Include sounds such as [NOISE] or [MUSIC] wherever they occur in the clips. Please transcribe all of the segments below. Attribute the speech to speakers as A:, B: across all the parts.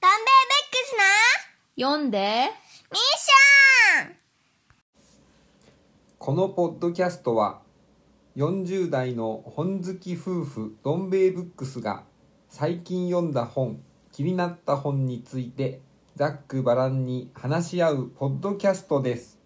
A: ダンベー
B: 読んで
A: ベックスなミッション
C: このポッドキャストは40代の本好き夫婦どん兵衛ブックスが最近読んだ本気になった本についてざっくばらんに話し合うポッドキャストです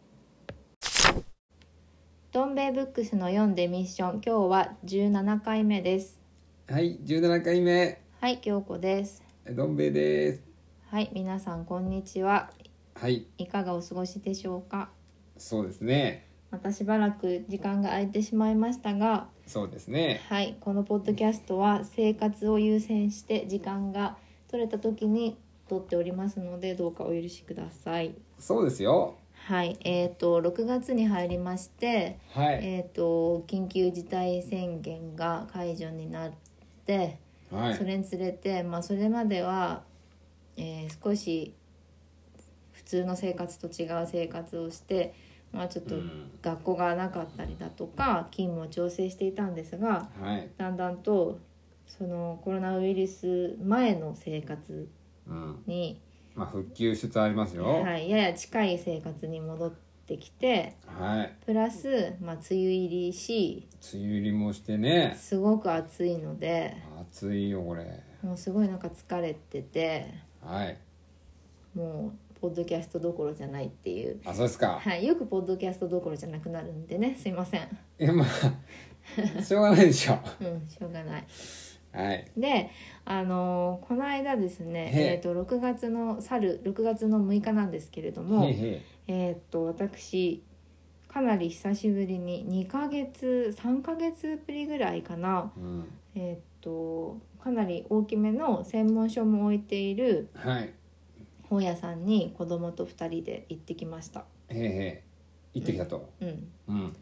D: どん兵衛ブックスの読んでミッション今日は17回目です
C: はい17回目
D: はい京子です
C: どん兵衛です
D: はい皆さんこんにちは
C: はい
D: いかがお過ごしでしょうか
C: そうですね
D: またしばらく時間が空いてしまいましたが
C: そうですね
D: はいこのポッドキャストは生活を優先して時間が取れた時に撮っておりますのでどうかお許しください
C: そうですよ
D: はいえー、と6月に入りまして、
C: はい
D: えー、と緊急事態宣言が解除になって
C: は
D: それにつれて、まあ、それまでは、えー少し普通の生活と違う生活をして、まあ、ちょっと
C: うん
D: 学校がなかったりだとか勤務を調整していたんですが
C: はい
D: だんだんとそのコロナウイルス前の生活
C: うん
D: に、
C: まあ復旧しつつありますよ
D: はい、やや近い生活に戻ってきて
C: はい
D: プラス、まあ、梅雨入りし
C: 梅雨入りもしてね
D: すごく暑いので
C: 暑いよこれ
D: もうすごいなんか疲れてて
C: はい
D: もうポッドキャストどころじゃないっていう
C: あそうですか
D: はい、よくポッドキャストどころじゃなくなるんでねすいません
C: えまあしょうがないでしょ
D: うんしょうがない
C: はい
D: であのーこの間ですね
C: へえ
D: えー、と6月の去る6月の6日なんですけれど
C: へ
D: も
C: いへい
D: えっと私かなり久しぶりに2ヶ月3ヶ月ぶりぐらいかな
C: うん
D: えっとかなり大きめの専門書も置いている
C: はい
D: 本屋さんに子供と2人で行ってきました
C: へいへい行ってきたと
D: うん
C: うん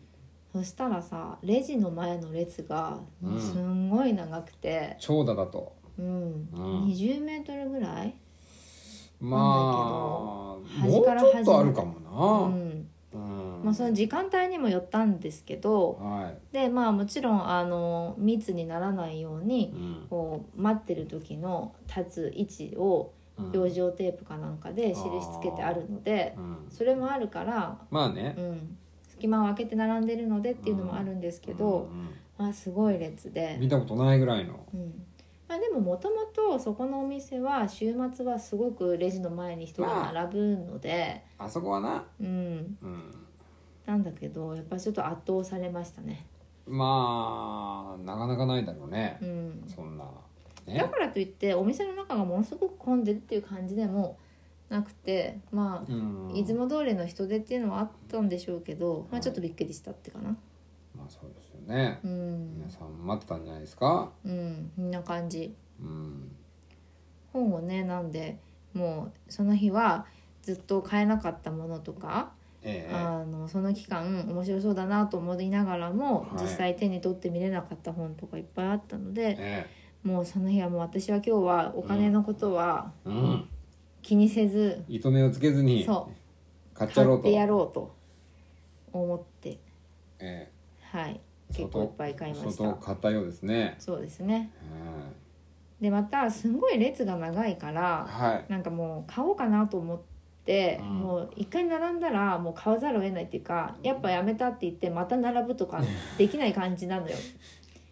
D: そしたらさレジの前の列がもうすんごい長くて、
C: 長蛇だと
D: うん
C: うん
D: 20メートルぐらい、
C: まあも
D: なんだけど
C: う
D: 端
C: ち
D: から
C: ょっとあ
D: 端ま
C: る
D: で
C: か
D: う
C: も
D: ん
C: なうん
D: まあ、その時間帯にもよったんですけど
C: は
D: でまあもちろんあの密にならないよう
C: い
D: に
C: うん
D: こう待ってる時の立つ位置を
C: うん
D: 表情テープかなんかで印つけてあるので
C: うん
D: それもあるから、
C: まあ
D: う
C: ね
D: ん、隙間を空けて並んでるのでっていうのもあるんですけど
C: う、ん
D: まあ、すごい列で。
C: 見たことないぐらいの
D: うんまあ、でももともとそこのお店は週末はすごくレジの前に人が並ぶので、
C: あそこはな
D: うん、
C: うん
D: なんだけどやっぱちょっと圧倒されましたね、
C: まあなかなかないだろうね
D: うん、
C: そんな
D: だ
C: ね
D: からといってお店の中がものすごく混んでるっていう感じでもなくてまあ
C: うん
D: 出雲通りの人出っていうのはあったんでしょうけど、まあ、ちょっとびっくりしたってかな
C: まあそうですよね
D: うん
C: 皆、さん待ってたんじゃないですか
D: うん、みんな感じ
C: うん
D: 本をねなんでもうその日はずっと買えなかったものとか
C: ええ
D: あのその期間面白そうだなと思いながらも、
C: はい
D: 実際手に取って見れなかった本とかいっぱいあったので
C: え
D: もうその日はもう私は今日はお金のことは
C: えうん
D: 気にせず、
C: 糸目をつけずに
D: そ
C: 買っちゃ
D: 買
C: ろ
D: っ
C: うと
D: てやろうと思って
C: え
D: はい
C: え
D: 結構いっぱい買いまし
C: 相当
D: た
C: 買ったようですね
D: そうですね
C: え
D: でまたすんごい列が長いか
C: え
D: ら
C: はい
D: なんかもう買おうかなと思って、
C: うん
D: もう一回並んだらもう買わざるを得ないっていうかやっぱやめたって言ってまた並ぶとかできない感じなのよ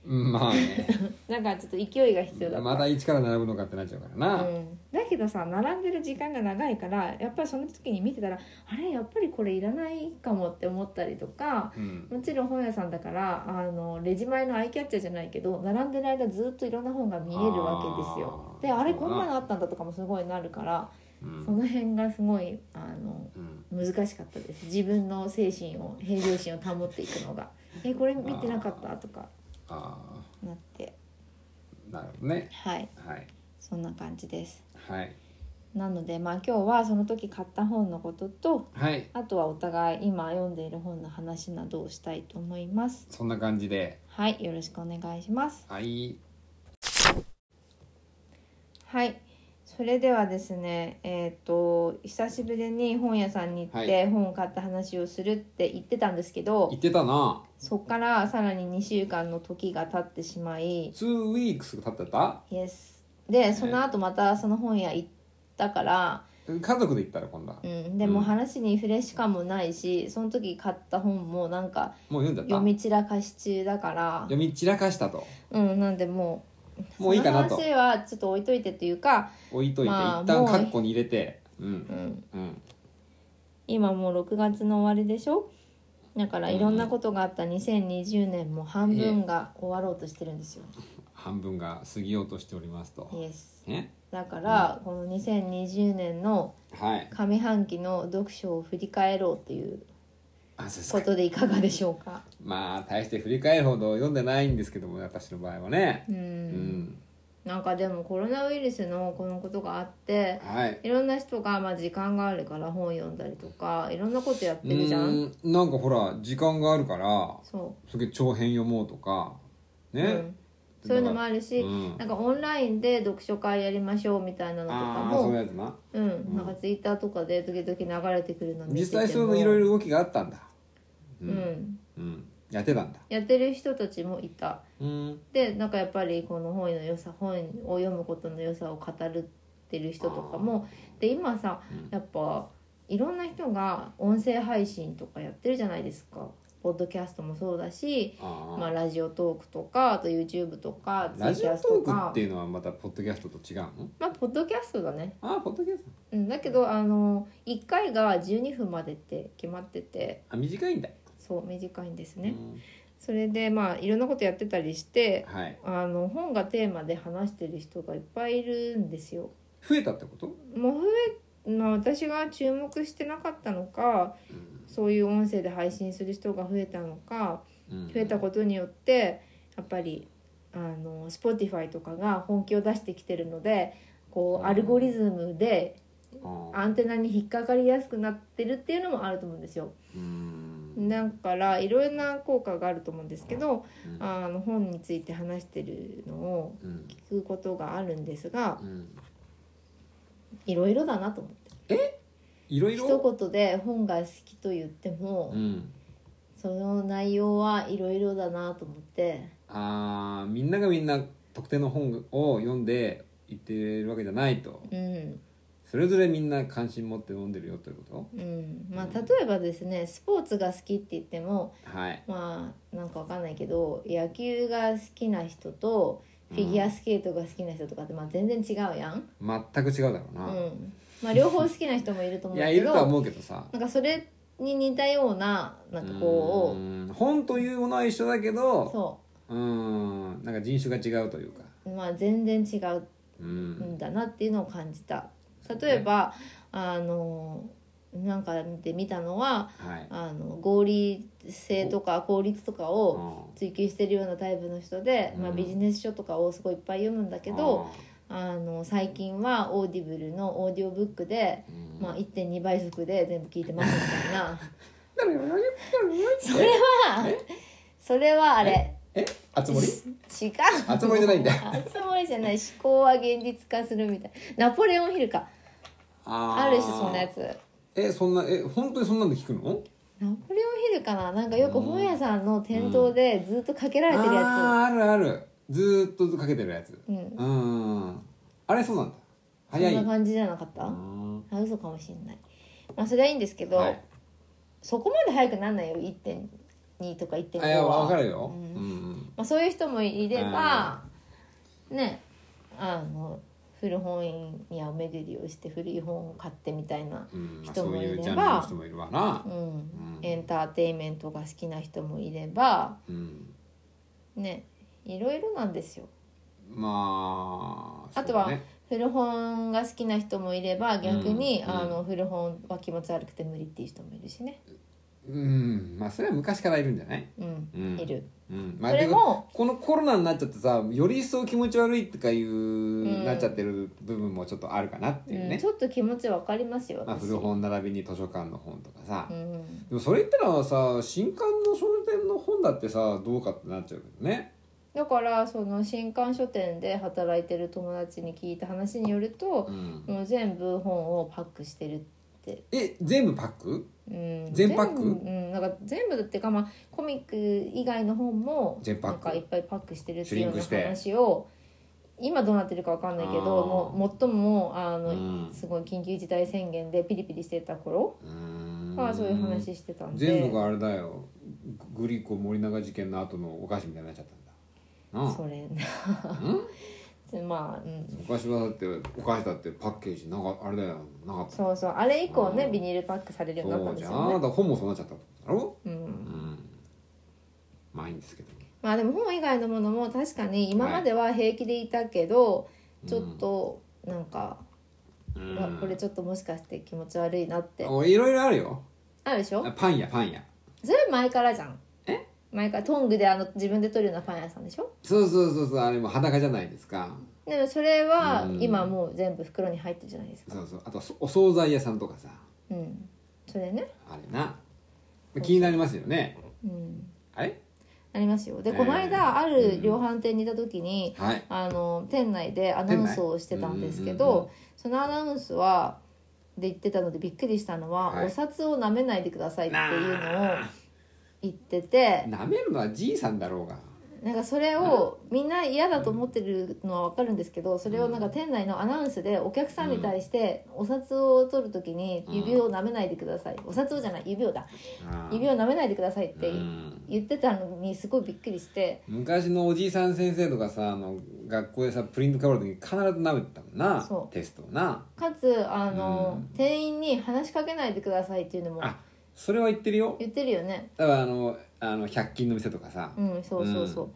C: うんまあね
D: なんかちょっと勢いが必要だった、
C: また一から並ぶのかってなっちゃうからな、
D: うん、だけどさ並んでる時間が長いからやっぱりその時に見てたらあれやっぱりこれいらないかもって思ったりとか
C: うん
D: もちろん本屋さんだからあのレジ前のアイキャッチャーじゃないけど並んでる間ずっといろんな本が見えるわけですよ
C: あ。ー
D: であれ
C: そうだ
D: こんな
C: な
D: のあったんだとかもすごいなるから
C: うん
D: その辺がすごいあの
C: うん
D: 難しかったです自分の精神を平常心を保っていくのが「えこれ見てなかった?」とか
C: あ
D: なって
C: あなるほどね
D: はい
C: はい
D: そんな感じです。
C: はい
D: なのでまあ今日はその時買った本のことと
C: はい
D: あとはお互い今読んでいる本の話などをしたいと思います。
C: そんな感じで
D: はい、よろしくお願いします。
C: はい
D: はい、それではですね、えっ、と久しぶりに本屋さんに行っ
C: は
D: て本を買った話をするって言ってたんですけど、
C: 言ってたな
D: そこからさらに2週間の時が経ってしまい、
C: 2 weeks 経ってた
D: Yes でその後またその本屋行っったから、
C: 家族で行ったら今度は
D: うん、でも話にフレッシュ感もないしその時買った本もなんか
C: もう読んじゃった
D: 読み散らかし中だから
C: 読み散らかしたと
D: うんなんでもう
C: もういいかな
D: その
C: と
D: 話はちょっと置いといてというか、
C: 置いといて、
D: まあ
C: 一旦
D: もう
C: カッコに入れてうん
D: うん、
C: うん
D: 今もう6月の終わりでしょだからいろんなことがあった2020年も半分が終わろうとしてるんですよ。
C: 半分が過ぎようとしておりますと
D: イエス
C: ね
D: だからこの2020年の
C: はい
D: 上半期の読書を振り返ろうっていう
C: あそうです
D: こ
C: か
D: とでいかがでしょうか。
C: まあ大して振り返るほど読んでないんですけども私の場合はね
D: う、
C: うんん
D: なんかでもコロナウイルスのこのことがあって
C: はい
D: いろんな人がまあ時間があるから本読んだりとかいろんなことやってるじゃ。
C: うんーんなんかほら時間があるから
D: そ
C: それ長編読もうとか
D: う、
C: ね、
D: うん、そういうのもあるし、
C: うん
D: なんかオンラインで読書会やりましょうみたいなのとか
C: ああーそういう
D: も
C: やつな
D: うん、なんかツイッターとかで時々流れてくるの見てても
C: 実際そういうのいろいろ動きがあったんだ
D: う、
C: うんん、うんやってたんだ
D: やってる人たちもいた
C: うん
D: でなんかやっぱりこの本の良さ本を読むことの良さを語るってる人とかもで今さ
C: うん
D: やっぱいろんな人が音声配信とかやってるじゃないですかポッドキャストもそうだし、
C: あー
D: まあ、ラジオトークとかあと YouTube とか
C: ラジオトークって
D: ツイキャス
C: いうのはまたポッドキャストと違うの
D: まあポッドキャストだね
C: あーポッドキャスト
D: うん、だけどあの1回が12分までって決まってて
C: あ短いんだ
D: そう短いんですね、それでまあいろんなことやってたりして
C: うんはい
D: あの本がテーマで話してる人がいっぱいいるんですよ
C: 増えたってこと
D: もう増え、まあ、私が注目してなかったのかそういう音声で配信する人が増えたのか
C: うん
D: 増えたことによってやっぱりあの Spotify とかが本気を出してきてるのでこうアルゴリズムで
C: あー
D: アンテナに引っかかりやすくなってるっていうのもあると思うんですよ
C: うん
D: だからいろんな効果があると思うんですけど
C: うん
D: あの本について話してるのを
C: うん
D: 聞くことがあるんですが
C: うん
D: いろいろだなと思って
C: いろいろ
D: 一言で本が好きと言っても、
C: うん
D: その内容はいろいろだなと思って
C: あーみんながみんな特定の本を読んで言ってるわけじゃないと
D: うん
C: それぞれみんな関心持って飲んでるよというこ
D: うんまあ
C: うん
D: 例えばですねスポーツが好きって言っても
C: とはい
D: まあなんかわかんないけど野球が好きな人とフィギュアスケートが好きな人とかってまあ全然違うやん、
C: 全く違うだろう
D: う
C: な、
D: んまあ、両方好きな人もいると思
C: いうや
D: け
C: いるとは
D: ど
C: 思うけどさ
D: なんかそれに似たようななんかこ
C: うん本というものは一緒だけ
D: う
C: ど
D: そう
C: ーんなんか人種が違うというか
D: うまあ全然違う
C: うんん
D: だなっていうのを感じた例えばあのなんか見てみたのは
C: はい
D: あの合理性とか効率とかを
C: う
D: 追求してるようなタイプの人で、まあ、
C: うん
D: ビジネス書とかをすごいいっぱい読むんだけ
C: ん
D: ど、あの最近はオーディブルのオーディオブックで、
C: うん
D: まあ、1.2倍速で全部聞いてますみたい
C: [LAUGHS]
D: な
C: そ
D: れはそれはあれ
C: ええあつ
D: 違
C: 森
D: う
C: あつ森じゃないんだ
D: あつ森じゃない思考は現実化するみたいなナポレオンヒルか
C: あー
D: あるしそんなやつ
C: えそんなえ本当にそんなの聞くの
D: ナポレオンヒルかななんかよく本屋さんの店頭でずっとかけられてるや
C: あーあるあるずーっとかけてるやつ
D: つうん
C: うんあれそうなんだ
D: そ
C: 早い
D: んな感じじゃなかった
C: うん
D: あ嘘かもしれないまあそれはいいんですけど、
C: はい
D: そこまで早くなんないよ1.2とか1.5
C: あいや
D: は
C: わかるよ、
D: う
C: うんんうん
D: まあ、そういう人もいれば、ねあの古本屋を巡りをして古い本を買ってみたいな、
C: うんまあ、
D: 人
C: そう
D: もいれば
C: いうジャンルの人もいるわな
D: うん
C: ん
D: エンターテインメントが好きな人もいれば
C: うん
D: ねいろいろなんですよ。
C: まあ
D: あとは
C: そうだね
D: 古本が好きな人もいれば逆に、
C: うんうん
D: あの古本は気持ち悪くて無理っていう人もいるしね、
C: うんまあそれは昔からいるんじゃない、
D: うん
C: うん、
D: いる、
C: うんまあ、
D: それも
C: でこのコロナになっちゃってさより一層気持ち悪いとかいう、
D: ん
C: なっちゃってる部分もちょっとあるかなっていう
D: うん
C: ね
D: ち、ょっと気持ちわかりますよ
C: まあ、
D: 私
C: 古本並びに図書館の本とかさ、
D: うん、
C: でもそれ言ったらさ新刊の書店の本だってさどうかってなっちゃうけどね
D: だからその新刊書店で働いてる友達に聞いた話によると、
C: うん
D: もう全部本をパックしてる、
C: え全部パック
D: うん、
C: 全パック
D: 全部うん、なんか全部っていうか、まあ、コミック以外の本も
C: 全パッ
D: な
C: ク
D: んかいっぱいパックしてるって
C: シ
D: いうよ
C: ュリン
D: うな
C: クして
D: 話を今どうなってるかわかんないけど
C: あー
D: もう最もあの、
C: うん
D: すごい緊急事態宣言でピリピリしてた頃
C: うーん
D: はそういう話してたんで
C: 全部があれだよググリコ森永事件の後のお菓子みたいになっちゃったんだな
D: それ
C: あうん
D: [LAUGHS] まあ、うん、
C: お菓子はだってお菓子だってパッケージなんかあれだよなかった
D: そうそうあれ以降ね、
C: うん
D: ビニールパックされるようになったん
C: そう
D: で
C: じ
D: す
C: ゃ
D: よ
C: んあ
D: ね
C: なた本もそうなっちゃったんだろ
D: う、
C: うんんまあいいんですけど
D: まあでも本以外のものも確かに今までは平気でいたけど、ちょっとなんか、
C: うん
D: うわこれちょっともしかして気持ち悪いなって
C: おいろいろあるよ
D: あるでしょ
C: パン屋パン屋
D: それ前からじゃん
C: え
D: 前からトングであの自分で取るようなパン屋さんでしょ
C: そうそうそうそうあれも裸じゃないですか
D: でもそれは
C: うん
D: 今もう全部袋に入ってるじゃないですか
C: そうそうあとそお惣菜屋さんとかさ
D: うんそれね
C: あれな気になりますよね
D: うん
C: あれ
D: ありますよで
C: えー
D: この間ある量販店にいた時に、
C: はい
D: あの店内でアナウンスをしてたんですけど、
C: 店内うんうん
D: その
C: うん
D: アナウンスはで言ってたのでびっくりしたのは、
C: はい
D: お札を舐めないでくださいっていうのを
C: な
D: 言ってて
C: 舐めるのはじいさんだろうが
D: なんかそれをみんな嫌だと思ってるのは分かるんですけどそれをなんか店内のアナウンスでお客さんに対してお札を取る時に指を舐めないでくださいお札をじゃない指をだ指を舐めないでくださいって
C: うん
D: 言ってたのにすごいびっくりして
C: 昔のおじいさん先生とかさあの学校でさプリントかぶる時必ず舐めてたもんな
D: そう
C: テストをな
D: かつあの
C: う
D: 店員に話しかけないでくださいっていうのも
C: あそれは言ってるよ
D: 言ってるよね
C: だからあのあの100均の店とかさ、
D: うんそうそうそう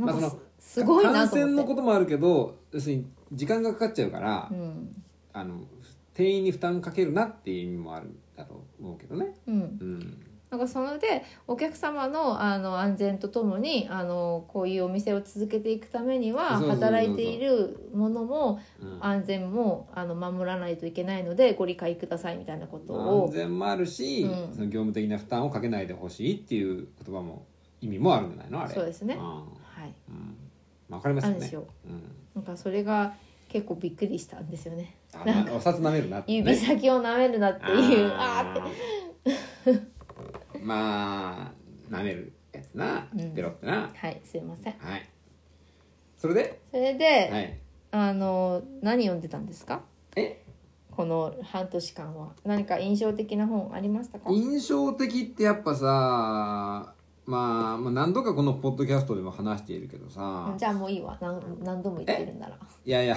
C: うん
D: なん
C: ま
D: か
C: あ
D: す
C: そ
D: すごいな
C: 感
D: と思
C: 染
D: って
C: のこともあるけど要するに時間がかかっちゃうから、
D: うん
C: あの店員に負担かけるなっていう意味もあるだと思うけどね
D: うん
C: うん
D: なんかそのでお客様のあの安全とともにあのこういうお店を続けていくためには
C: そうそうそうそう
D: 働いているものも
C: うん
D: 安全もあの守らないといけないのでご理解くださいみたいなこと
C: 安
D: を
C: 全もあるし、
D: うん
C: その業務的な負担をかけないでほしいっていう言葉も意味もあるんじゃないのあれ
D: そうですね
C: ん
D: はい
C: うんまあわかります
D: あ
C: よ
D: るん
C: ね
D: ですよ
C: うん
D: なんかそれが結構びっくりしたんですよね
C: あなお札舐めるなって、
D: 指先を舐めるなっていうあー
C: あー [LAUGHS] まあ舐めるやつな、
D: うん
C: ペロってな
D: ってはいすいません
C: はいそれで、
D: それで、
C: はい、
D: あの何読んでたんですか
C: え
D: この半年間は何か印象的な本ありましたか
C: 印象的ってやっぱさ、まあ、まあ何度かこのポッドキャストでも話しているけどさ
D: じゃあもういいわ何何度も言ってるんなら
C: い
D: [LAUGHS]
C: やいや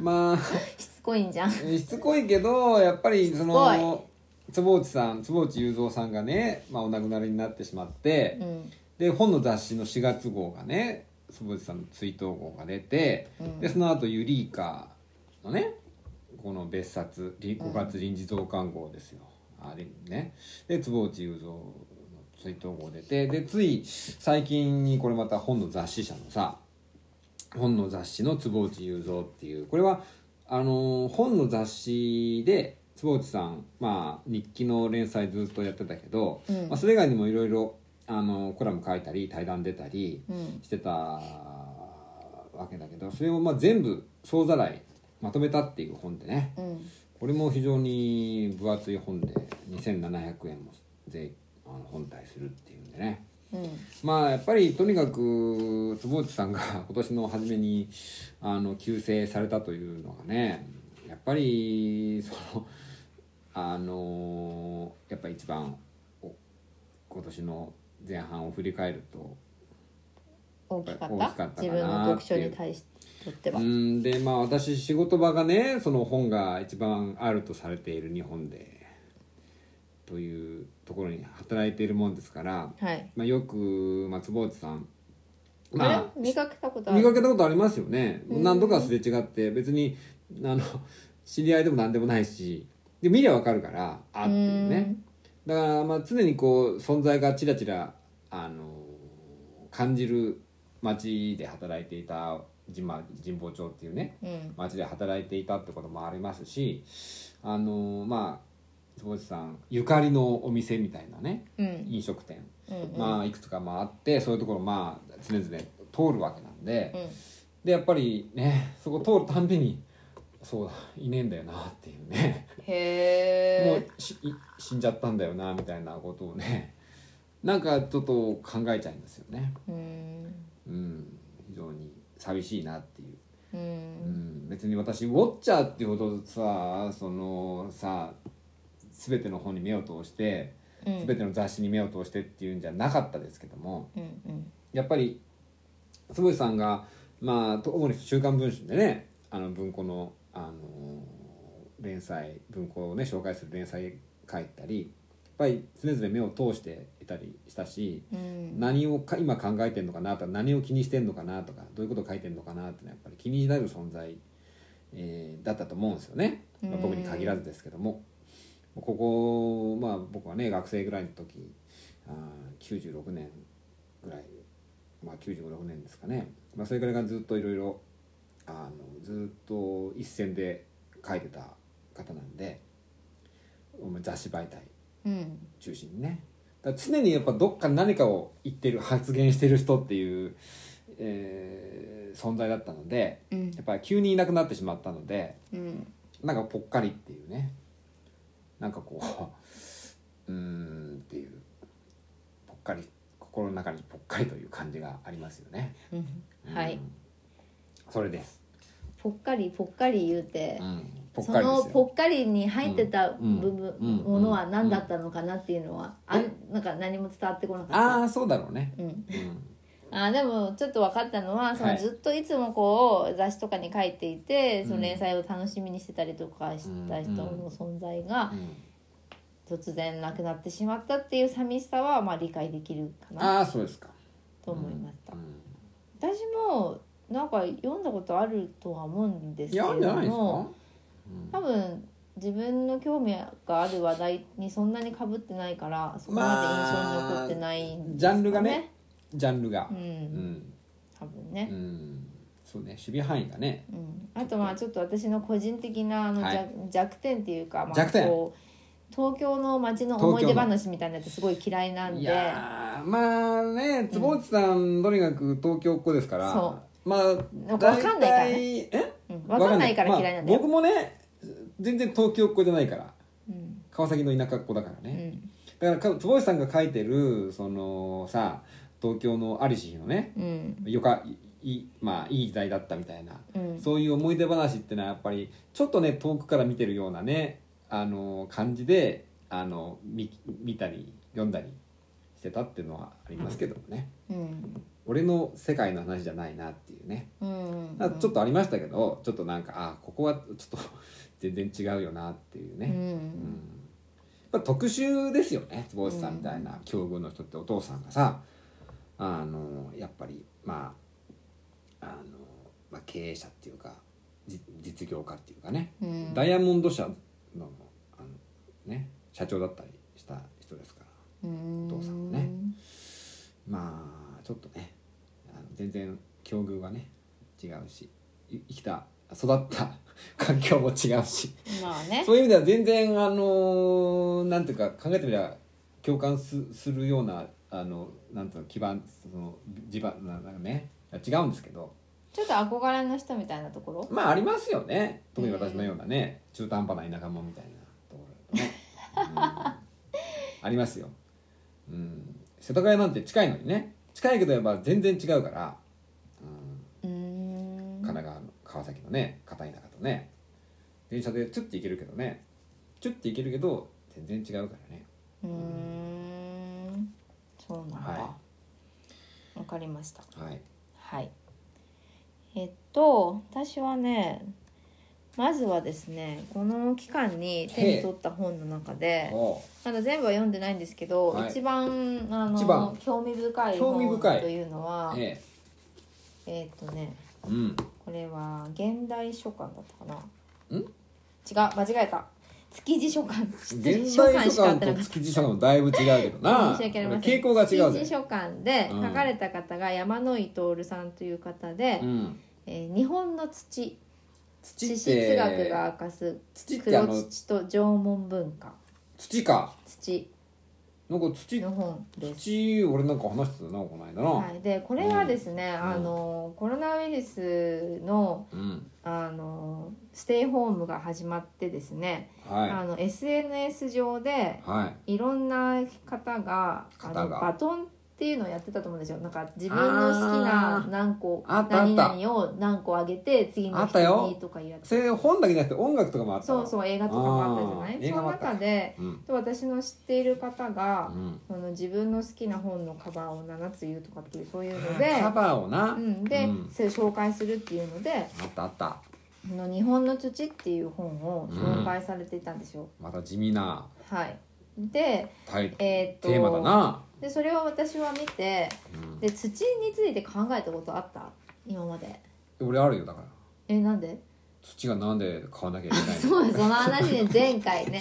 C: まあ
D: しつこいんじゃん
C: しつこいけどやっぱりそ
D: しつ
C: の坪内さん坪内雄三さんがね、まあ、お亡くなりになってしまって、
D: うん
C: で本の雑誌の4月号がね坪内さんの追悼号が出て、
D: うん
C: でその後ユリイカのねこの別冊り5月臨時増刊号ですよ、あれねで坪内雄三の追悼号出てでつい最近にこれまた本の雑誌社のさ本の雑誌の坪内雄三っていうこれはあのー本の雑誌で坪内さん、まあ、日記の連載ずっとやってたけど、
D: うん
C: まあ、それ以外にもいろいろあのーコラム書いたり対談出たり
D: うん
C: してたわけだけどそれをまあ全部総ざらいまとめたっていう本でね
D: うん
C: これも非常に分厚い本で2700円も税あの本体するっていうんでね。
D: うん
C: まあやっぱりとにかく坪内さんが [LAUGHS] 今年の初めにあの急逝されたというのがねやっぱりそのあのやっぱ一番お今年の前半を振り返ると
D: 大きかった
C: 大きかったかな
D: 自分の読書に対してとっては
C: うんでまあ私仕事場がねその本が一番あるとされている日本でというところに働いているもんですから、
D: はい
C: まあ、よく、まあ、坪内さんまあ
D: あれ見かけたことあ
C: 見か
D: る
C: けたことありますよね
D: うん
C: 何度かすれ違って別にあの [LAUGHS] 知り合いでも何でもないしで見りゃわかるからあっていうねだからまあ常にこう存在がちらちらあの感じる町で働いていた神ま神保町っていうね
D: うん
C: 町で働いていたってこともありますしあのまあ坪内さんゆかりのお店みたいなね
D: うん
C: 飲食店、
D: うんうん
C: まあいくつか回ってそういうところまあ常々通るわけなんで、
D: うん
C: でやっぱりねそこ通るたんびにそうだいねえんだよなっていうね、
D: へ
C: も
D: え
C: うしい死んじゃったんだよなみたいなことをねなんかちょっと考えちゃいますよね
D: うん
C: うん非常に寂しいなっていう
D: う
C: うんん、別に私ウォッチャーっていうほどさそのさ全ての本に目を通して
D: うん
C: 全ての雑誌に目を通してっていうんじゃなかったですけども、
D: うんうん
C: やっぱり坪井さんがまあ主に「週刊文春」でねあの文庫の、あのー連載文庫をね紹介する連載書いたりやっぱり常々目を通していたりしたし
D: うん
C: 何をか今考えてんのかなとか何を気にしてんのかなとかどういうことを書いてんのかなってのはやっぱり気になる存在、えーだったと思うんですよね、まあ
D: うん
C: 僕に限らずですけどもここまあ僕はね学生ぐらいの時あー96年ぐらいまあ956年ですかね、まあ、それぐらいがずっといろいろあのずっと一線で書いてた方なんで雑誌媒体
D: うん
C: 中心にねだから常にやっぱどっかに何かを言ってる発言してる人っていう、えー存在だったので
D: うん
C: やっぱり急にいなくなってしまったので
D: うん
C: なんかぽっかりっていうねなんかこう [LAUGHS] うーんっていうぽっかり心の中にぽっかりという感じがありますよね。
D: うんは
C: う
D: い
C: んそれです。
D: ぽっかりぽっかり言うて、
C: うん、ぽっ
D: そ
C: かりで
D: の
C: す
D: ぽ
C: よ。
D: っかりに入ってた
C: うん
D: 部分、
C: うん
D: ものは何だったのかなっていうのは、
C: うん
D: あなんか何も伝わってこなかった
C: ああ、そうだろうね。
D: うん、
C: うん
D: あーでもちょっと分かったのはそ
C: は
D: の
C: い
D: ずっといつもこう雑誌とかに書いていて、そ
C: うん
D: の連載を楽しみにしてたりとかした人の存在が
C: うん
D: 突然なくなってしまったっていう寂しさはまあ理解できるかな
C: ああ、そうですか。
D: と思いました、
C: うん
D: 私もなんか読んだことあるとは思うんです
C: い
D: けれ
C: や、
D: ど
C: いいんじゃないですか。
D: も多分自分の興味がある話題にそんなにかぶってないからそこまで印象に残ってないんですか、
C: まあジャンルがねジャンルが
D: う。ん、
C: うん。
D: 多分
C: う
D: ね、
C: ん。そうね、守備範囲がね。
D: うんあとまあちょっと私の個人的なあの
C: はい
D: 弱,、弱点っていうか、まあ、
C: 弱点
D: こう東京の街の思い出
C: 東京の
D: 話みたいなやつすごい嫌いなん
C: い
D: で
C: やー、まあね、坪内さん、とにかく東京っ子ですから。
D: そ
C: まあ、
D: なんかわかんないからね
C: 大体え
D: うん、分かんないから嫌いなんだ
C: まあ
D: よ、
C: 僕もね、全然東京っ子じゃないから。
D: うん
C: 川崎の田舎っ子だから
D: う
C: ね。
D: ん
C: だから、坪内さんが書いてる、そのさ、東京のありし日のね、
D: うん
C: よか、いい、まあ、いい時代だったみたいな。
D: うん
C: そういう思い出話ってのはやっぱりちょっとね遠くから見てるようなねあの感じであの見見たり読んだりしてたっていうのはありますけどもね、
D: うん
C: 俺の世界の話じゃないなっていうね
D: うん
C: だからちょっとありましたけどちょっとなんかあここはちょっと [LAUGHS] 全然違うよなっていう
D: う
C: ね、うん
D: ん
C: やっぱ特集ですよね坪内さんみたいな境遇の人ってお父さんがさあのやっぱりまああの、まあ、経営者っていうかじ実業家っていうかね、
D: うん
C: ダイヤモンド社のあの、ね、社長だったりした人ですから
D: うん
C: お父さんもねまあちょっとねあの全然境遇がね違うしい生きた育った環境も違うし
D: まあね
C: そういう意味では全然あのなんていうか考えてみれば共感すするようなあのなんていうの基盤その地盤ななんかね違うんですけど
D: ちょっと憧れの人みたいなところ
C: まあありますよね特に私のようなね、中途半端な田舎者みたいなところだとね、うんありますよ、うん、世田谷なんて近いのにね近いけどやっぱ全然違うから、うん、
D: うん
C: 神奈川の川崎のね片田舎とね電車でチュッて行けるけどねチュッて行けるけど全然違うからね
D: うーんそうなんだ。わ
C: は、
D: かりました。
C: いはい
D: はい。えっと私はね、まずはですね、この期間に手に取った本の中で、
C: お
D: まだ全部は読んでないんですけど、
C: はい
D: 一番あの
C: 一番
D: 興味深い
C: 興味
D: 本
C: 深い
D: というのは、え
C: ええ
D: っとね、
C: うん
D: これは現代書館だったかな。
C: ん
D: 違う、間違えた。築地書館。
C: 現
D: 書
C: 代
D: 館し
C: 書
D: か合ってな
C: 館と
D: かった
C: 築地書館もだいぶ違うけどな
D: [LAUGHS] 申し訳ありません
C: 傾向が違う
D: 築地
C: ぜ、
D: 書館で
C: うん
D: 書かれた方が山野井徹さんという方で、
C: うん、
D: えー日本の土
C: 土って
D: 地質学が明かす
C: 土ってあ
D: 黒
C: の
D: 土と縄文文化
C: 土か
D: 土
C: なんか土
D: の本です。
C: 土俺なんか話してたなこの間な、
D: はい、でこれはですね、
C: ん
D: あのコロナウイルスの
C: うん
D: あのステイホームが始まってですね、あ
C: は
D: の SNS 上で
C: いはい
D: いろんな方があの
C: 方が
D: バトンっていうのをやってたと思うんですよなんか自分の好きな何個
C: あーあったあっ
D: 何
C: た
D: 々を何個あげて次
C: あ
D: の
C: った
D: 人
C: よ
D: にとかいうやつ
C: それ本だけじゃなくて音楽とかもあった
D: そう
C: う
D: そう映画とかもあったじゃな
C: あ
D: い
C: ー映
D: そ
C: 画も
D: の
C: あった
D: 中で
E: うん
D: 私の知っている方が
E: う、ん
D: その自分の好きな本のカバーを7つ言うとかっていうそういうので
C: カ、バーをな、
D: うん、で、
C: うん
D: それ紹介するっていうので
C: あったあっ
D: 「
C: た
D: あの日本の土」っていう本を紹介されていたんですよ。
C: また地味な
D: はいで
C: タイ
D: えーっと
C: テーマだな、
D: でそれを私は見て
C: うん
D: で土について考えたことあった今まで
C: 俺あるよだから
D: えなんで [LAUGHS]
C: 土がなんで買わなきゃいけないの
D: そうですその話
C: [LAUGHS]
D: ね前回ね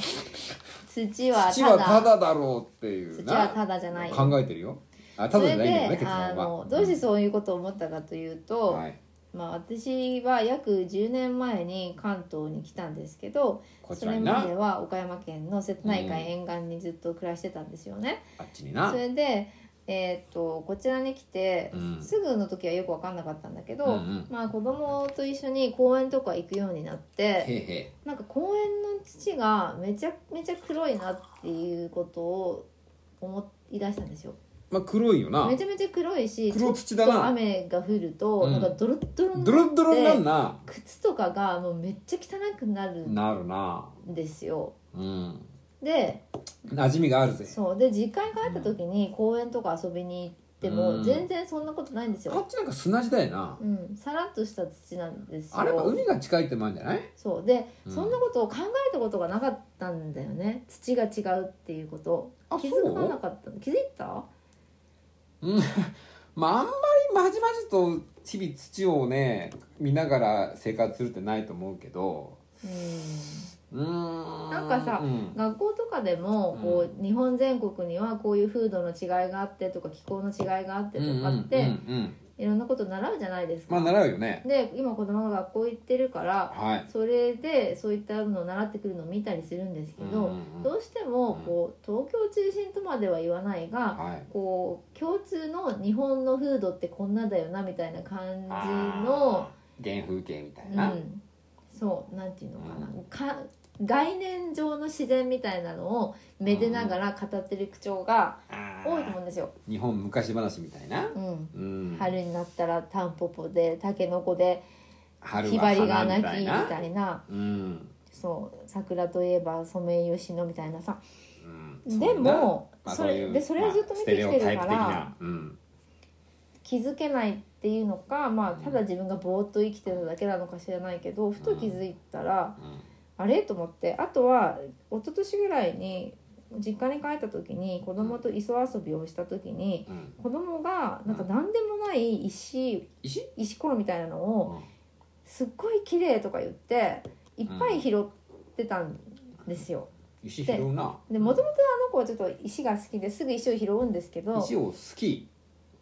D: 土は
C: 土
D: た
C: は
D: だ
C: ただだろうっていう
D: 土はただじゃない
C: 考えてるよあた
D: そ
C: だじ
D: れ
C: ゃないんだよね
D: で
C: 結論
D: あ
C: は
D: のどうしてそういうことを思ったかというと、
C: はい、
D: まあ、私は約10年前に関東に来たんですけど
C: こち
D: そ
C: ら
D: れ
C: に
D: ま
C: な
D: では岡山県の瀬戸内海
C: う
D: 沿岸にずっと暮らしてたんですよね。
C: あっちにな
D: それで、えー、とこちらに来て、
C: うん
D: すぐの時はよく分かんなかったんだけど、
C: うんうん
D: まあ、子供と一緒に公園とか行くようになっ
C: へ
D: て
C: いへ
D: なんか公園の土がめちゃめちゃ黒いなっていうことを思い出したんですよ。
C: いまあ黒いよな
D: めちゃめちゃ黒いし
C: 黒土だな
D: ちょっと雨が降ると、
C: うん
D: なんかドロッドロになって
C: ドロッドロになんな
D: 靴とかがもうめっちゃ汚くなるん
C: なるな
D: ですよ。
C: うん
D: で
C: 馴染みがあるぜ
D: そうで実家に帰った時に公園とか遊びに行って
C: う
D: も
C: ん
D: 全然そんなことないんです
C: あ
D: よ。
C: っちなんか砂地だよな
D: うん、さらっとした土なんです
C: あれは
D: よ。
C: 海が近いってもあるんじゃない
D: そうで、
C: うん
D: そんなことを考えたことがなかったんだよね土が違うっていうこと
C: あ
D: 気
C: そ
D: づ
C: う
D: かなかった気づいた
C: まああんまりまじまじと日々土をね見ながら生活するってないと思うけど
D: うん
C: うーん
D: なんかさ
C: うん
D: 学校とかでもこう、日本全国にはこういう風土の違いがあってとか気候の違いがあってとかって、
C: うんうんうんうん
D: いろんなこと習うじゃないですか。
C: まあ習うよね
D: で今子供が学校行ってるから
C: はい
D: それでそういったのを習ってくるのを見たりするんですけど、
C: うんうんうん
D: どうしてもこう東京中心とまでは言わないが、
C: はい
D: こう共通の日本の風土ってこんなだよなみたいな感じの、
C: あー原風景みたいうな、
D: ん、そうなんていうのかな、
C: うん
D: か概念上の自然みたいなのをめでながら語ってる口調が
C: あー
D: 多いと思うんですよ。
C: 日本昔話みたいな、
D: うん
C: うん、
D: 春になったらタンポポでタケノコで
C: 春
D: ひ
C: は
D: ばりが
C: 花
D: 泣き
C: みたい
D: み
C: な
D: たいな
C: うん
D: そう桜といえばソメイヨシノみたいなさ
C: うんそう
D: でも
C: まあ
D: それ
C: ういう
D: でそれをずっと見てきてるか
C: ま
D: ら
C: あステレオタイプ的なうん
D: 気づけないっていうのかまあただ自分がぼーっと生きてただけなのか知らないけどふと気づいたら
C: うん
D: あれと思ってあとは一昨年ぐらいに実家に帰った時に子供と磯遊びをした時に
C: うん
D: 子供がなんか何でもない石
C: 石
D: 石ころみたいなのを
C: うん
D: すっごい綺麗とか言っていっぱい拾ってたんですよ。
C: 石拾うな
D: でもともとあの子はちょっと石が好きですぐ石を拾うんですけど
C: 石を好き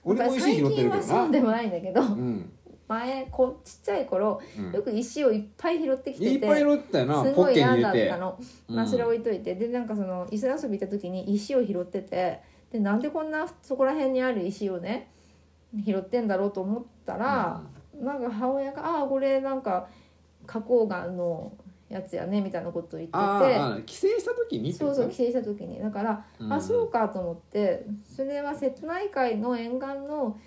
C: 俺も石拾っ
D: 最
C: てるけ
D: 近は
C: ど
D: そう
C: な
D: でもないんだけど
C: うん
D: 前こうちっちゃい頃
C: うん
D: よく石をいっぱい拾ってきてて、
C: いっぱい拾ってたよな
D: す
C: ポ
D: ご
C: ッ
D: い
C: ケに
D: 嫌
C: 入
D: だっ
C: れて
D: たの、
C: うん
D: まあそれ置いといてでなんかその椅子遊び行った時に石を拾っててでなんでこんなそこら辺にある石をね拾ってんだろうと思ったら、なんか母親が「ああーこれなんか花崗岩のやつやね」みたいなことを言
C: あ
D: って
C: ーあー帰省した時
D: て
C: にって
D: そ
C: こ
D: う
C: と
D: そう帰省した時にだから、
C: うん
D: あそうかと思ってそれは瀬戸内海の沿岸の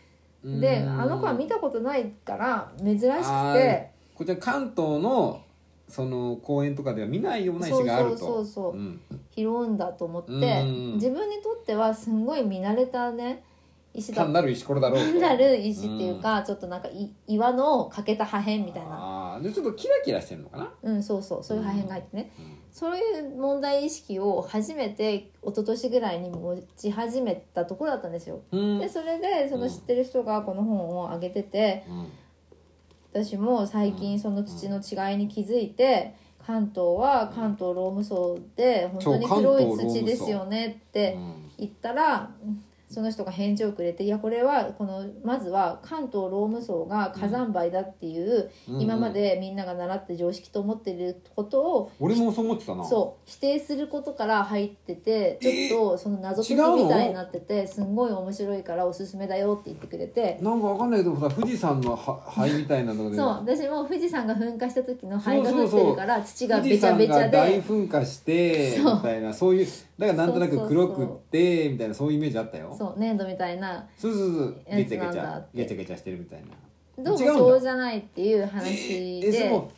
C: うん
D: であの子は見たことないから珍し
C: あ
D: く
C: ー
D: て。
C: こちら関東のその公園とかでは見ないような石があると
D: そうそうそうそう
C: うん
D: 拾うんだと思って、
C: うん
D: 自分にとってはすんごい見慣れたね石だ
C: 単なる石ころだろうと
D: 単なる石っていうか、ちょっとなんかい岩の欠けた破片みたいな
C: あーでちょっとキラキラしてるのかな
D: うんそうそうそういう破片が入ってね、そういう問題意識を初めて一昨年ぐらいに持ち始めたところだったんですよ。
C: うん
D: でそれでその知ってる人がこの本をあげてて私も最近その土の違いに気づいて関東は関東ローム層で本当に黒い土ですよねって。
C: うん
D: 行ったらその人が返事をくれて「いやこれはこのまずは関東ローム層が火山灰だっていう、
C: うん
D: 今までみんなが習って常識と思ってることを、
C: 俺もそう思ってたな
D: そう否定することから入っててちょっとその謎解
C: 違うの
D: きみたいになっててすんごい面白いからおすすめだよって言ってくれて。
C: なんかわかんないけどさ富士山のは灰みたいなので
D: そう私も富士山が噴火した時の灰が降ってるから土が
C: 富
D: べ
C: 士
D: ちゃ
C: 山
D: べちゃ
C: が大
D: で
C: 噴火してみ
D: そう
C: たいなそういうだからなんとなく黒くってみたいなそういうイメージあったよ
D: そう粘土みたいな
C: そうそうそう
D: や
C: ゲ
D: つ
C: チャ
D: なん
C: ゲチ
D: だ
C: ャ
D: って
C: ゲチャゲチャしてるみたいな
D: どうも
C: 違うんだ
D: そうじゃないっていう話
C: え
D: で
C: その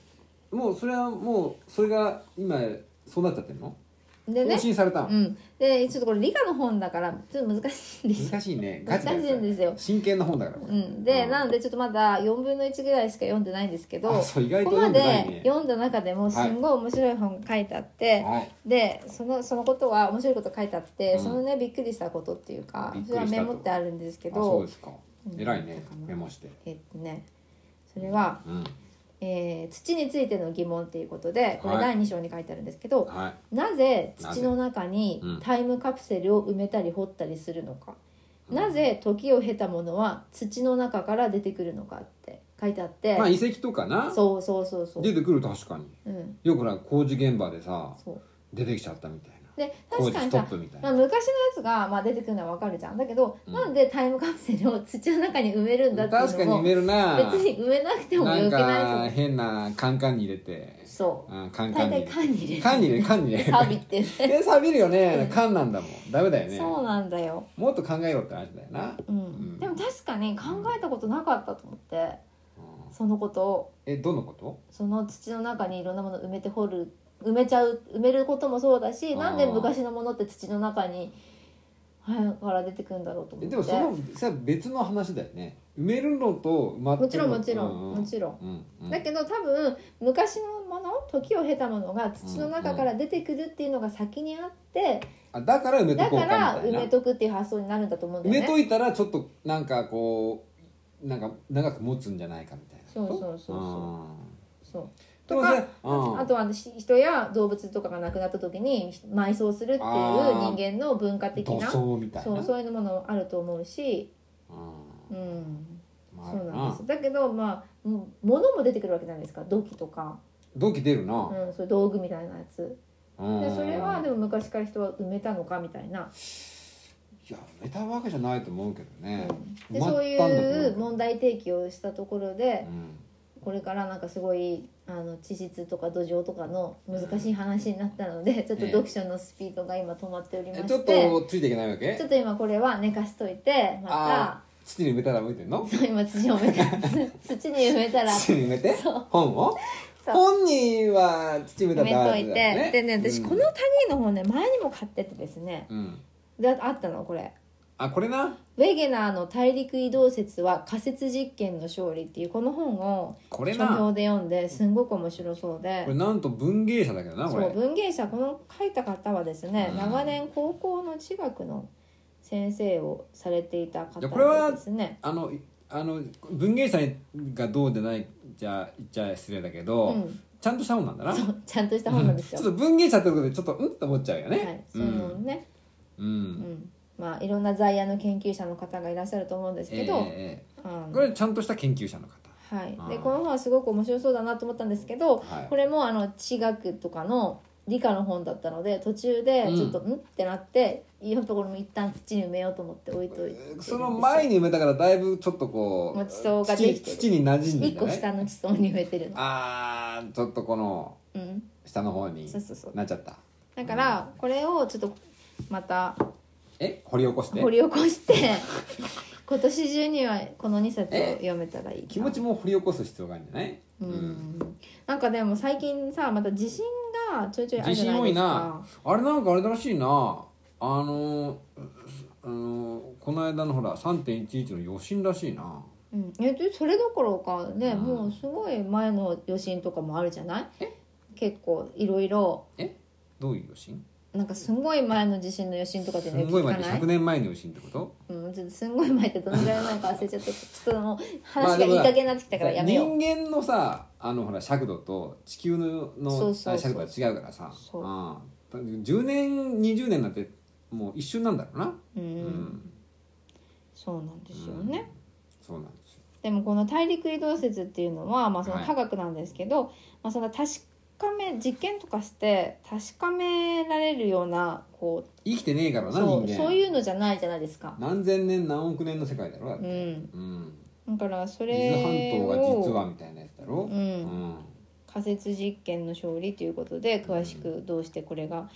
C: もうそれはもうそれが今そうなっちゃってるの
D: で
C: 更
D: ね
C: 新されたの、
D: うんでちょっとこれ理科の本だからちょっと難しいんですよ
C: 難しいねガチなやつだ
D: 難しいんですよ
C: 真剣な本だからこ
D: う
C: れ
D: ん、で、
C: うん
D: なのでちょっとまだ4分の1ぐらいしか読んでないんですけど
C: あ
D: こ
C: そう意外と
D: こま
C: 読んでない
D: で
C: ね
D: 読んだ中でもすんごい面白い本が書いてあって、
C: はい
D: でそのそのことは面白いこと書いてあって、
C: うん
D: そのねびっくりしたことっていうか
C: びっく
D: それは
C: りしたと
D: メモってあるんですけ
C: あそう
D: ど
C: ですか
D: うん
C: 偉いね
D: そうかな
C: メモして
D: えっとねそれは、
C: うん
D: えー土についての疑問っていうことでこれ
C: はい
D: 第2章に書いてあるんですけど、
C: はい
D: なぜ土の中に
C: なぜうん
D: タイムカプセルを埋めたり掘ったりするのか、なぜ時を経たものは土の中から出てくるのかって書いてあって、
C: まあ遺跡とかな
D: そうそうそうそう
C: 出てくる確かに
D: うん
C: よくなんか工事現場でさ
D: そう
C: 出てきちゃったみたいな
D: で
C: 工
D: 確
C: 事
D: か
C: ス
D: に
C: ト
D: さ
C: ップみたい
D: まあ、
C: な
D: 昔のやつが、まあ、出てくるのはわかるじゃんだけど、
C: うん
D: なんでタイムカプセルを土の中に埋めるんだって
C: 確か
D: いう
C: に
D: の
C: 埋
D: も
C: めるな
D: 別に埋めなくても
C: な
D: よ
C: ん
D: く
C: か
D: ないと
C: 変なカンカンに入れて
D: そ
C: うんカ
D: う
C: ンカ
D: 大
C: ンに入
D: 体
C: れて
D: 缶に入れる
C: 缶に入れる缶に入れる
D: サビってね
C: [LAUGHS] え錆びるよね缶なんだもんダメだよね
D: そうなんだよ、
C: もっと考えろって話だよな
D: うん
C: ん
D: でも確かに考えたことなかったと思ってそのことを
C: えどのこと
D: その土の中にいろんなものを埋めて掘る埋めちゃう埋めることもそうだし
C: あー
D: なんで昔のものって土の中にはいから出てくるんだろうと思って
C: えでもそのさ別の話だよね埋めるのと埋まって
D: も
C: る
D: ちろんもちろんもちろん
C: ろんうんうん
D: だけど多分昔のもの時を経たものが土の中から出てくるっていうのが先にあって、
C: あだから埋めと
D: だ
C: こうか
D: か
C: みた
D: ら
C: い
D: 埋
C: な
D: めとくっていう発想になるんだと思うんだ
C: 埋
D: よね。
C: めといたらちょっとなんかこうなんか長く持つんじゃないかみたいな
D: そうそうそうそうそう
C: と
D: とか
C: うん
D: あとはし人や動物とかが亡くなった時に埋葬するっていう
C: あー
D: 人間の文化的
C: 土
D: な
C: 葬みたいな
D: そうそういうものもあると思うし、
C: う
D: うんん、
C: まあ
D: そうなんです
C: あ
D: だけどまあも物も出てくるわけじゃないですか土器とか、
C: 土器出る
D: う、
C: なん
D: そういう道具みたいなやつ
C: うん
D: でそれはでも昔から人は埋めたのかみたいない
C: や埋めたわけじゃないと思うけどね
D: で
C: 埋まっ
D: そう
C: たんだと思
D: いう問題提起をしたところで
C: うん
D: これからなんかすごいあの地質とか土壌とかの難しい話になったのでちょっと
C: ええ
D: 読書のスピードが今止まっておりま
C: え
D: して
C: ちょっとついていけないわけ
D: ちょっと今これは寝かしといて
C: あ
D: ま
C: 土に埋めたら向いてんの
D: たそう今土に埋めた [LAUGHS] 土に埋めたら
C: 土に埋めて
D: そう
C: 本を
D: そう
C: 本には土に埋
D: 埋
C: め
D: め
C: たら
D: といて、でね私この類の本ね前にも買っててですね
C: うんうん
D: であったのこれ
C: あこれな
D: 「ウェゲナーの大陸移動説は仮説実験の勝利」っていうこの本を
C: これ
D: 書評
C: な
D: で読んですんごく面白そうで
C: これなんと文芸者だけどなこ
D: そう
C: れ
D: 文芸者この書いた方はですね、
C: うん
D: 長年高校の地学の先生をされていた方
C: じゃあこれは
D: ですね
C: あのいあの文芸者がどうでないじゃ言っちゃ失礼だけど、
D: うん
C: ちゃんとした本なんだな
D: そうちゃんとした本なんです
C: [LAUGHS] ちょ
D: よ
C: っ。と文芸者ってことでちょっとうんって思っちゃうよね、
D: はい、そのね、
C: うん、う
D: うん
C: ん
D: まあいろんな在野の研究者の方がいらっしゃると思うんですけど、
C: え
D: あの
C: えこれちゃんとした研究者の方
D: はい、
C: う
D: で
C: ん
D: この本はすごく面白そうだなと思ったんですけど、
C: はい
D: これもあの地学とかの理科の本だったので途中でちょっとうんってなって、いいところも一旦土に埋めようと思って置いといてるんです
C: その前に埋めたからだいぶちょっとこ
D: も
C: う
D: う地層ができて
C: 土
D: る
C: 土に馴染んで
D: 一
C: んじゃ
D: 個
C: ない
D: 下の地層に埋めてるの。
C: あーちょっとこの
D: うん、
C: 下の方に
D: そうそうそう
C: なっちゃった
D: だからこれをちょっとまた
C: え掘り起こして
D: 掘り起こして [LAUGHS] 今年中にはこの2冊を
C: え
D: 読めたらいいな
C: 気持ちも掘り起こす必要があるんじゃない、
D: う、んなんかでも最近さまた地震がちょいちょいある
C: 自
D: じゃ
C: 信
D: な
C: 多
D: い
C: い
D: です
C: な
D: か
C: あれなんかあれらしいなあのーあのーこの間のほら3.11の余震らしいな
D: うん、えでそれどころかね、
C: うん
D: もうすごい前の余震とかもあるじゃない結構いろいろ
C: えどういう余震
D: なんかすごい前の地震の余震とかって
C: す
D: ね
C: んごい
D: 聞
C: 前っ
D: か
C: て
D: ない
C: 100、年前の余震ってこと
D: うん、ちょっとすんごい前ってどのぐらい前か忘れちゃってちょっともう
C: まあ
D: 話
C: で
D: がい
C: も
D: い加減になってきたからやめよう、
C: 人間のさあのほら尺度と地球の
D: そうそうそう
C: 尺度は違うからさ
D: そう
C: うん10年20年なんてもう一瞬なんだろうな
D: う、
C: うん
D: そうなんですよね、
C: そうなんですよ
D: でもこの大陸移動説っていうのは、まあ、その科学なんですけど、まあ、その確かめ実験とかして確かめられるようなこ
C: 生きてねえから
D: う
C: な
D: そ
C: 人
D: う
C: 間
D: そういうのじゃないじゃないですか。
C: 何千年何億年の世界だろだっ
D: う
C: て
D: ん、
C: うん
D: だからそ
C: 伊豆半
D: れ
C: 島が
D: を
C: 実はみたいなやつだろ
D: う、
C: うん
D: 仮説実験の勝利ということで詳しくどうしてこれが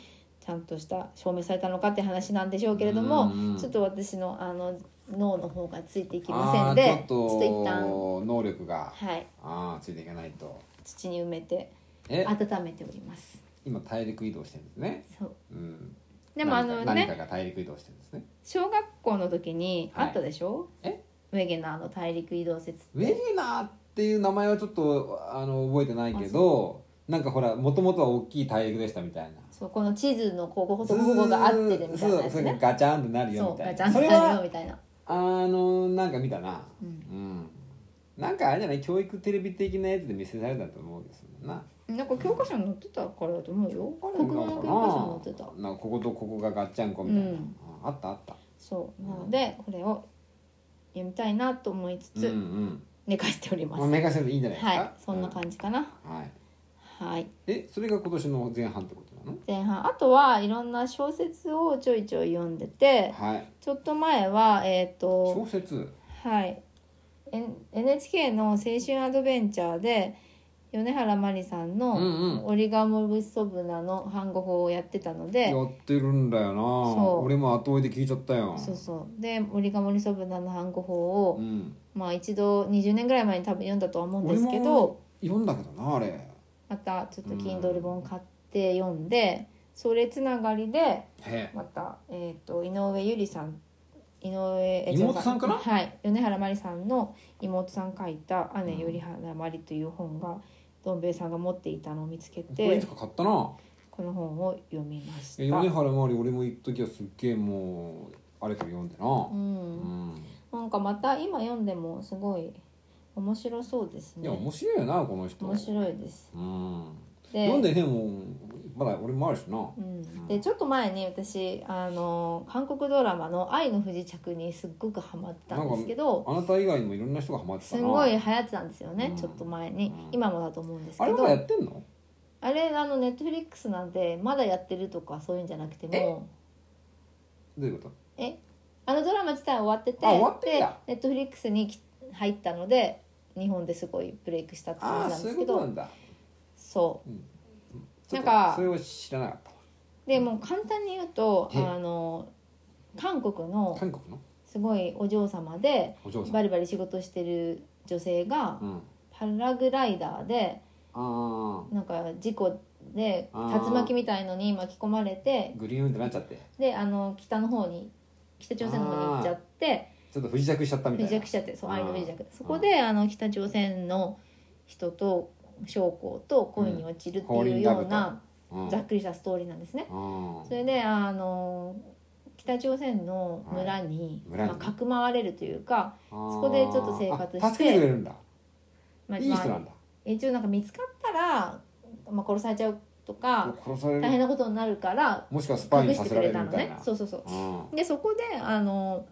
D: ちゃんとした証明されたのかって話なんでしょうけれども
C: うん
D: ちょっと私のあの脳の方がついていきませ
C: あ
D: ん
C: ー
D: で
C: ちょっ
D: ちょっと一旦
C: と能力が、
D: はい
C: ああついていかないと
D: 土に埋めて
C: え
D: 温めております。
C: 今大陸移動してるんですね
D: そう
C: うん
D: でもあ
C: 何か
D: の
C: 何
D: ね
C: かが大陸移動してるんですね
D: 小学校の時に
C: は
D: あ
C: い
D: ったでしょ、
C: え
D: ウェゲナーの大陸移動説
C: ウェゲナーっていう名前はちょっとあの覚えてないけどなんかほらもともとは大きい大陸でしたみたいな
D: そうこの地図のこここここがあってでみたいなやつ
C: そうそれ
D: ね
C: がガチャンってなる
D: そ
C: よ
D: う
C: みた
D: ガ
C: い
D: チャ
C: な
D: ン
C: そ
D: と
C: れ
D: なるよ
C: は
D: みたいな
C: あのなんか見たな
D: う
C: うん、なんかあれじゃない教育テレビ的なやつで見せられたと思うんですもんな
D: なんか教科書に載ってたからだと思うよ
C: あれ
D: 国語の教科書に載ってた
C: なんかこことここがガッチャンコみたいな、
D: うん
C: あったあった
D: そうなのでこれを読みたいなと思いつ
C: う
D: つ
C: ん
D: 寝かしており
C: う
D: ます、
C: んまあメガセルいいんじゃないですか
D: はいそんな
C: じ、
D: 感じかな、
C: うんはい
D: はい
C: えそれが今年の前半ってことなの
D: 前半あとはいろんな小説をちょいちょい読んでて
C: はい
D: ちょっと前はえっ、と
C: 小説
D: はい、N- NHK の「青春アドベンチャー」で米原まりさん
C: うん
D: の「
C: うん
D: オリガモブソブナ」の半語法をやってたので、
C: やってるんだよな
D: そう
C: 俺も後追いで聞いちゃったよ
D: そうそうで「オリガモリソブナ」の半語法を、
C: うん、
D: まあ一度20年ぐらい前に多分読んだとは思うんですけど
C: 読んだけどなあれ
D: またちょっと Kindle 本買って読んで、それつながりで
C: へ
D: また、えー、と井上由里さん井上えー
C: 妹さんかな
D: はい米原まりさんの妹さん書いた「姉より原まり」という本がどん兵衛さんが持っていたのを見つけ
C: えこれい
D: て
C: つか買ったな
D: この本を読みまし
C: いや
D: た
C: 米、原まり俺も一時はすっげえもうあれから読んでな
D: う
C: うん、
D: ん、なんかまた今読んでもすごい面白そうです
C: い
D: ね
C: や面白いよなこの人
D: 面白いです
C: うん
D: で
C: 読んでねもうまだ俺もあるしな
D: うん、でちょっと前に私あの韓国ドラマの「愛の不時着」にすっごくハマったんですけど
C: あなた以外にもいろんな人がハマってた
D: す
C: な
D: ごい流行ってたんですよね、
C: うん
D: ちょっと前に、
C: うん
D: 今もだと思うんです
C: あ
D: け
C: れま
D: ど
C: だやってんの
D: あれあのネットフリックスなんでまだやってるとかそういうんじゃなくても
C: どういうこ
D: えあのドラマ自体終わってて
C: あ終わってんだ
D: でネットフリックスにき入ったので日本ですごいブレイクしたって
C: と
D: 感
C: あ
D: じな
C: あ
D: ん
C: そう
D: で
C: い
D: す
C: う
D: け
C: こ
D: ど
C: となんだ
D: そう
C: ちょ
D: な
C: っと
D: んか
C: それを知らなかったわ
D: でもう簡単に言うと
C: え
D: あの韓国の
C: 韓国の
D: すごいお嬢様で
C: お嬢さ
D: バ
C: ん
D: リバリ仕事してる女性が
C: うん
D: パラグライダーで
C: あ
D: なんか事故で
C: あー
D: 竜巻みたいのに巻き込まれて
C: あグリーンってなっちゃって
D: であの北の方に北朝鮮の方に行っちゃって
C: ちょっと不時着しちゃったみた
D: 不
C: い
D: 時
C: な
D: 着しちゃってそう
C: あー
D: 愛の不時着そこであの北朝鮮の人と将校と恋に落ちるって
C: うん
D: いうような
C: うん
D: ざっくりしたストーリーなんですね。
C: うん
D: それであの北朝鮮の村に,、
C: はい村に
D: まあ、かくまわれるというか、
C: そ
D: こでちょっと生活して
C: 助けてくれるんだ
D: まあ
C: いい人なんだ
D: 一応なんか見つかったら、まあ、殺されちゃうとか
C: 殺され
D: 大変
C: る
D: なことになるから
C: もしくはスパイ
D: 隠
C: に
D: し
C: さ
D: て
C: せ
D: く
C: られ
D: れ
C: る
D: た
C: み
D: の
C: たい
D: ね
C: な
D: そうそうそう
C: うん
D: でそこであの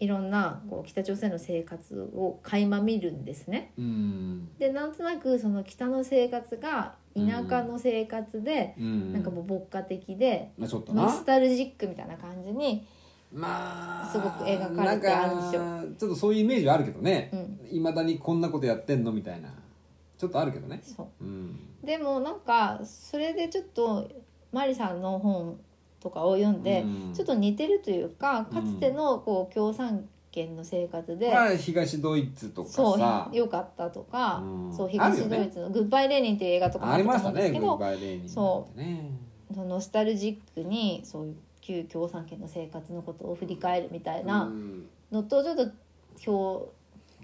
D: いろんなこう北朝鮮の生活を垣間見るんですね。
C: うん
D: でなんとなくその北の生活が田舎の生活で、
C: うん
D: なんかもう牧歌的で、
C: まあちょっと
D: ノ
C: な
D: スタルジックみたいな感じに、
C: まあ
D: すごく描かれてあるんですよ
C: なんかちょっとそういうイメージはあるけどね
D: うん、
C: いまだにこんなことやってんのみたいなちょっとあるけどね
D: そう
C: うん
D: でもなんかそれでちょっとマリさんの本とかを読んで、
C: うん
D: ちょっと似てるというかかつてのこう共産圏の生活で、
C: まあ東ドイツとか
D: そ
C: さ
D: う良かったとか、
C: うん
D: そう
C: あるよ
D: 東
C: ね
D: ドイツの「グッバイ・レーニン」っていう映画とかも
C: あり
D: った
C: まし
D: と思うん
C: た
D: です
C: ね
D: け
C: グッ
D: ど、
C: バイレーニング
D: そ
C: ってね
D: そのノスタルジックにそういう旧共産圏の生活のことを振り返るみたいな
C: うん
D: のとちょっと共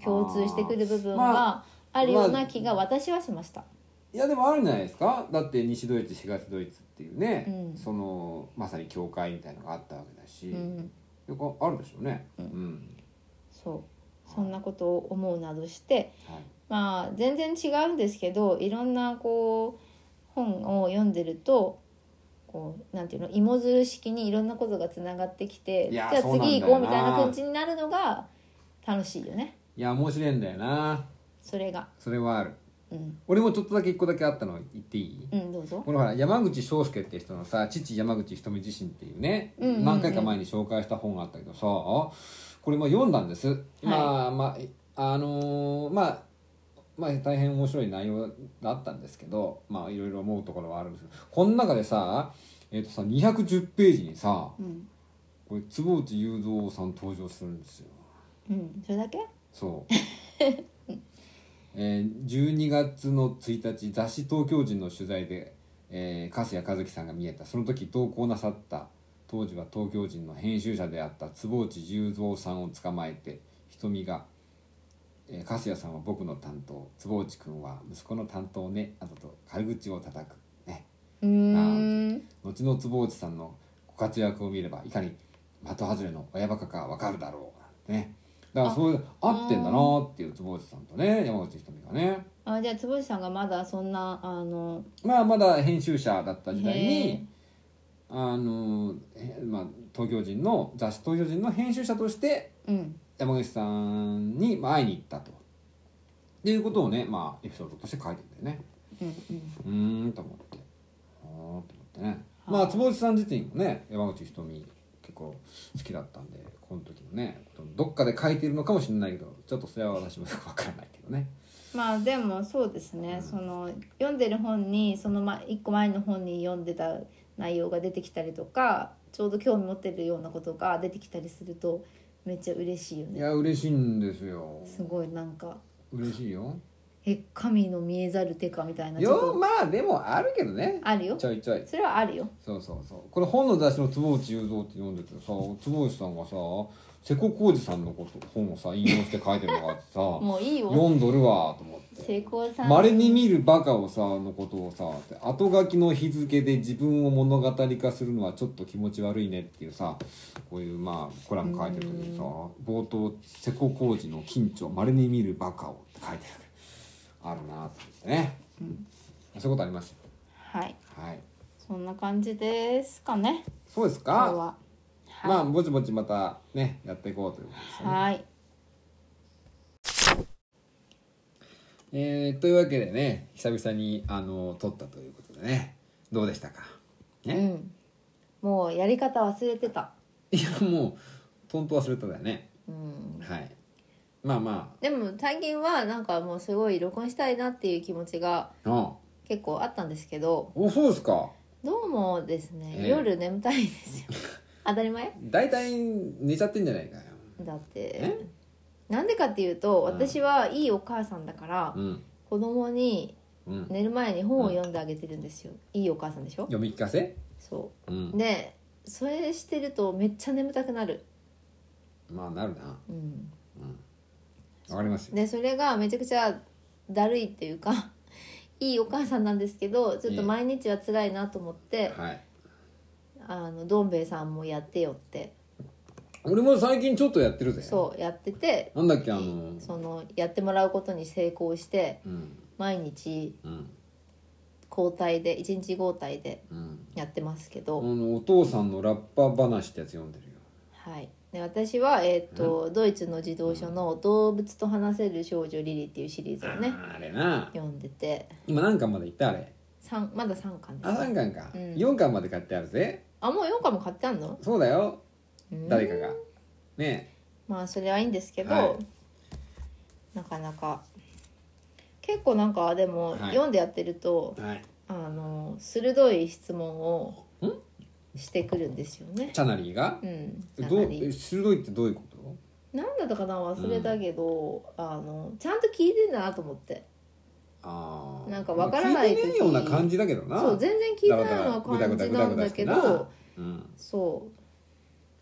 D: 共通してくる部分
C: あー
D: があるよう
C: まあ
D: な気が私はしました。
C: いやでもあるんじゃないですかだって西ドイツ東ドイツっていうね、
D: うん
C: そのまさに教会みたいのがあったわけだし、
D: うん
C: よくあるでしょうねう、
D: うんんそうそんなことを思うなどして
C: はい、
D: まあ全然違うんですけどいろんなこう本を読んでるとこうなんていうの芋づる式にいろんなことがつながってきて
C: い
D: じゃ
C: や
D: あ
C: そうなんだよ
D: 次
C: な
D: 行こうみたいな感じになるのが楽しいよね
C: いや面白いんだよな
D: それが
C: それはある
D: うん、
C: 俺もちょっとだけ一個だけあったの言っていい、
D: うん、どうぞ
C: このほら山口章介って人のさ父山口瞳自身っていうね、
D: うんうんうん
C: 何回か前に紹介した本があったけどさこれも読んだんです、まあまああのーまあまあ大変面白い内容だったんですけどまあいろいろ思うところはあるんですけどこの中でさえっ、とさ210ページにさ
D: うん、
C: これ坪内雄三さん登場するんですよ
D: うん、それだけ
C: そう、 [LAUGHS] えー、12月の1日雑誌「東京人」の取材で、えー、粕谷和樹さんが見えたその時投稿なさった当時は東京人の編集者であった坪内十三さんを捕まえて瞳が「えー粕谷さんは僕の担当坪内君は息子の担当ね」などと軽口を叩くね
D: うーん
C: 後の坪内さんのご活躍を見ればいかに的外れの親バカかわかるだろうなんてねだからそういう合ってんだなっていう坪内さんとね山口ひとみがね
D: あじゃあ坪内さんがまだそんなあの
C: まあまだ編集者だった時代
D: へえ
C: にあの、えまあ、東京人の雑誌「東京人」の編集者として
D: うん
C: 山口さんにまあ会いに行ったと。っていうことをね、まあ、エピソードとして書いてんだよね。
D: うんうん
C: うーんと思って。あーと思ってね。
D: はい
C: まあ、坪内さん自身もね、山口ひとみ結構好きだったんで、この時のね、どっかで書いてるのかもしれないけど、ちょっとそれは私もよくわからないけどね。
D: まあでもそうですね、その読んでる本にそのま一個前の本に読んでた内容が出てきたりとかちょうど興味持ってるようなことが出てきたりするとめっちゃ嬉しいよ
C: い
D: ね
C: や、嬉しいんですよ。
D: すごいなんか
C: 嬉しいよ。
D: え神の見えざる手かみたいなちょっ
C: よ、
D: と
C: まあ、でもあるけどね。
D: あるよ
C: ちょいちょい。
D: それはあるよ
C: そうそうそうこれ本の雑誌の坪内雄三って読んでてさ坪内さんがさ瀬古浩二さんのこと本をさ引用して書いてるのがあってさ
D: も [LAUGHS] ういいよ
C: 読んどるわと思って
D: 成功さん
C: まれに見るバカをさのことをさって後書きの日付で自分を物語化するのはちょっと気持ち悪いねっていうさこういうまあコラム書いてる時にさ冒頭「瀬古浩二の緊張まれに見るバカを」って書いてあるあるなと思ってね、そういうことありますよ
D: はい
C: はい
D: そんな感じですかね
C: そうです
D: 今
C: か
D: 日ははい
C: まあぼちぼちまたねやっていこうということですよね。
D: はい
C: えーというわけでね久々にあの撮ったということでねどうでしたか
D: う
C: ね、
D: んもうやり方忘れてた
C: いやもうトント忘れただよね
D: うん
C: はいまあま
D: でも最近はなんかもうすごい録音したいなっていう気持ちが
C: ああ
D: 結構あったんですけど
C: おそうですか
D: どうもですね、
C: ええ
D: 夜眠たいん
C: [LAUGHS]
D: ですよ当たり前
C: 大体寝ちゃってんじゃないかよ
D: だって
C: え
D: なんでかっていうと私はいいお母さんだから、
C: うん
D: 子供に
C: うん
D: 寝る前に本を読んであげてるんですよ、いいお母さんでしょ
C: 読み聞かせ
D: そ
C: うん
D: うでそれしてるとめっちゃ眠たくなる、
C: まあなるな
D: うん、
C: わかりますよ
D: でそれがめちゃくちゃだるいっていうか [LAUGHS] いいお母さんなんですけどちょっと毎日は辛いなと思って、
C: はい
D: あのどん兵衛さんもやってよって
C: 俺も最近ちょっとやってるぜ
D: そうやってて
C: なんだっけあの
D: そのやってもらうことに成功して
C: うん
D: 毎日
C: うん
D: 交代で一日交代で
C: うん
D: やってますけ
C: あ
D: ど、
C: のお父さんのラッパー話ってやつ読んでるよ
D: はい、で私は、えーとドイツの児童書の「動物と話せる少女リリ」っていうシリーズをね
C: あれな
D: 読んでて
C: 今何巻までいったあれ
D: 三まだ3巻
C: あ
D: です
C: 3巻か、
D: うん
C: 4巻まで買ってあるぜ
D: あもう4巻も買ってあんの、
C: そうだよ
D: うん
C: 誰かがね
D: まあそれはいいんですけど、
C: はい
D: なかなか結構なんかでも、
C: はい
D: 読んでやってると
C: えはい
D: あの鋭い質問を
C: ん
D: してくるんですよね。
C: チャナリーが
D: うん、なんか
C: どう
D: ね
C: 鋭いってどういうこと
D: なんだったかな忘れたけど、あのちゃんと聞いてんだなと思って
C: ああ
D: なんかわからない
C: 聞いてねえ
D: 時
C: ような感じだけどな
D: そう全然聞いてないのは
C: だらだら
D: 感じなんだけ
C: ぐだぐだぐだぐだし
D: ど
C: てなうん、
D: そ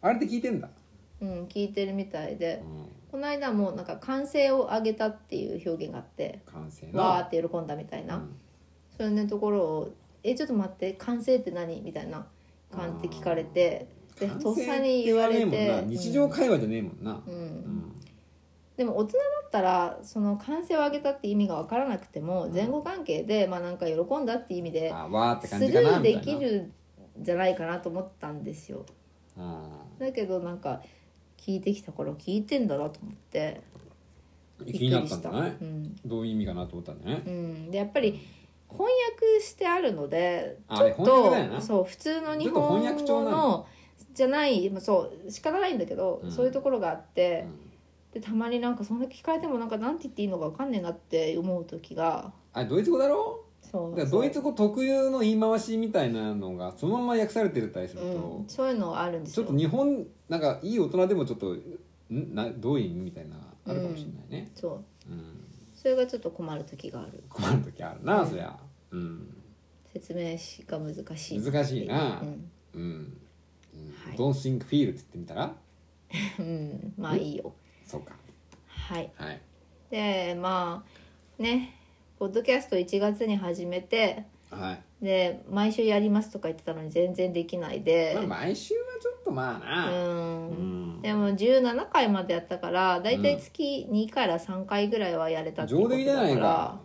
C: あれって聞いてんだ、
D: う、うん、聞いてるみたいうで
C: ん、
D: この間もなんか完成を上げたっていう表現があって
C: 完成の
D: わーって喜んだみたいな、
C: うん
D: それのところを「えちょっと待って完成って何?」みたいな感じで聞かれてで
C: 完成
D: とっさに言われ
C: って言わねえ
D: て
C: もんな日常会話じゃねえもんな、
D: うん、う
C: うんん
D: でも大人だったらその完成を上げたって意味が分からなくても前後関係でまあなんか喜んだって意味で
C: あーわーって
D: ス
C: 感
D: ル
C: じかな
D: ー
C: みたい
D: で
C: な
D: きるんじゃないかなと思ったんですよ
C: うん
D: だけどなんか聞いてきたから聞いてんだなと思って
C: 気になったんじゃない
D: うん
C: どういう意味かなと思ったんだよね
D: うん、でやっぱり翻訳してあるので
C: あれ
D: ちょっ
C: 翻訳だよ
D: と
C: な
D: そう普通の日
C: ちょっと
D: 本
C: 翻訳調
D: 語
C: な
D: のじゃないまあそう仕方ないんだけど、
C: うん
D: そういうところがあって、
C: う
D: で
C: ん
D: たまになんかそんな聞かれてもなんかなんて言っていいのか分かんねえなって思う時が
C: あれドイツ語だろ
D: そう
C: だからドイツ語特有の言い回しみたいなのがそのまま訳されてたりする
D: う
C: と
D: ん、、そういうのはあるんです
C: ちょ
D: よ
C: っと日本なんかいい大人でもちょっとんなどういう意味みたいなあるかもしれないね、
D: そう
C: うん、
D: それがちょっと困る時がある
C: 困る時あるな、そりゃ、うん、
D: 説明しが難しい
C: 難しいな
D: うん、
C: うん、うん
D: はい
C: Don't think feel って言ってみたら
D: うん、まあいいよ
C: そうか
D: はい
C: はい
D: でまあねポッドキャスト1月に始めて
C: はい
D: で毎週やりますとか言ってたのに全然できないで、
C: まあ毎週はちょっとまあな、
D: うん、
C: うん
D: でも17回までやったから大体月2から3回ぐらいはやれたっていう
C: 上
D: こ
C: 出
D: と
C: 来じゃ
D: だ
C: な
D: か
C: い
D: ら
C: か、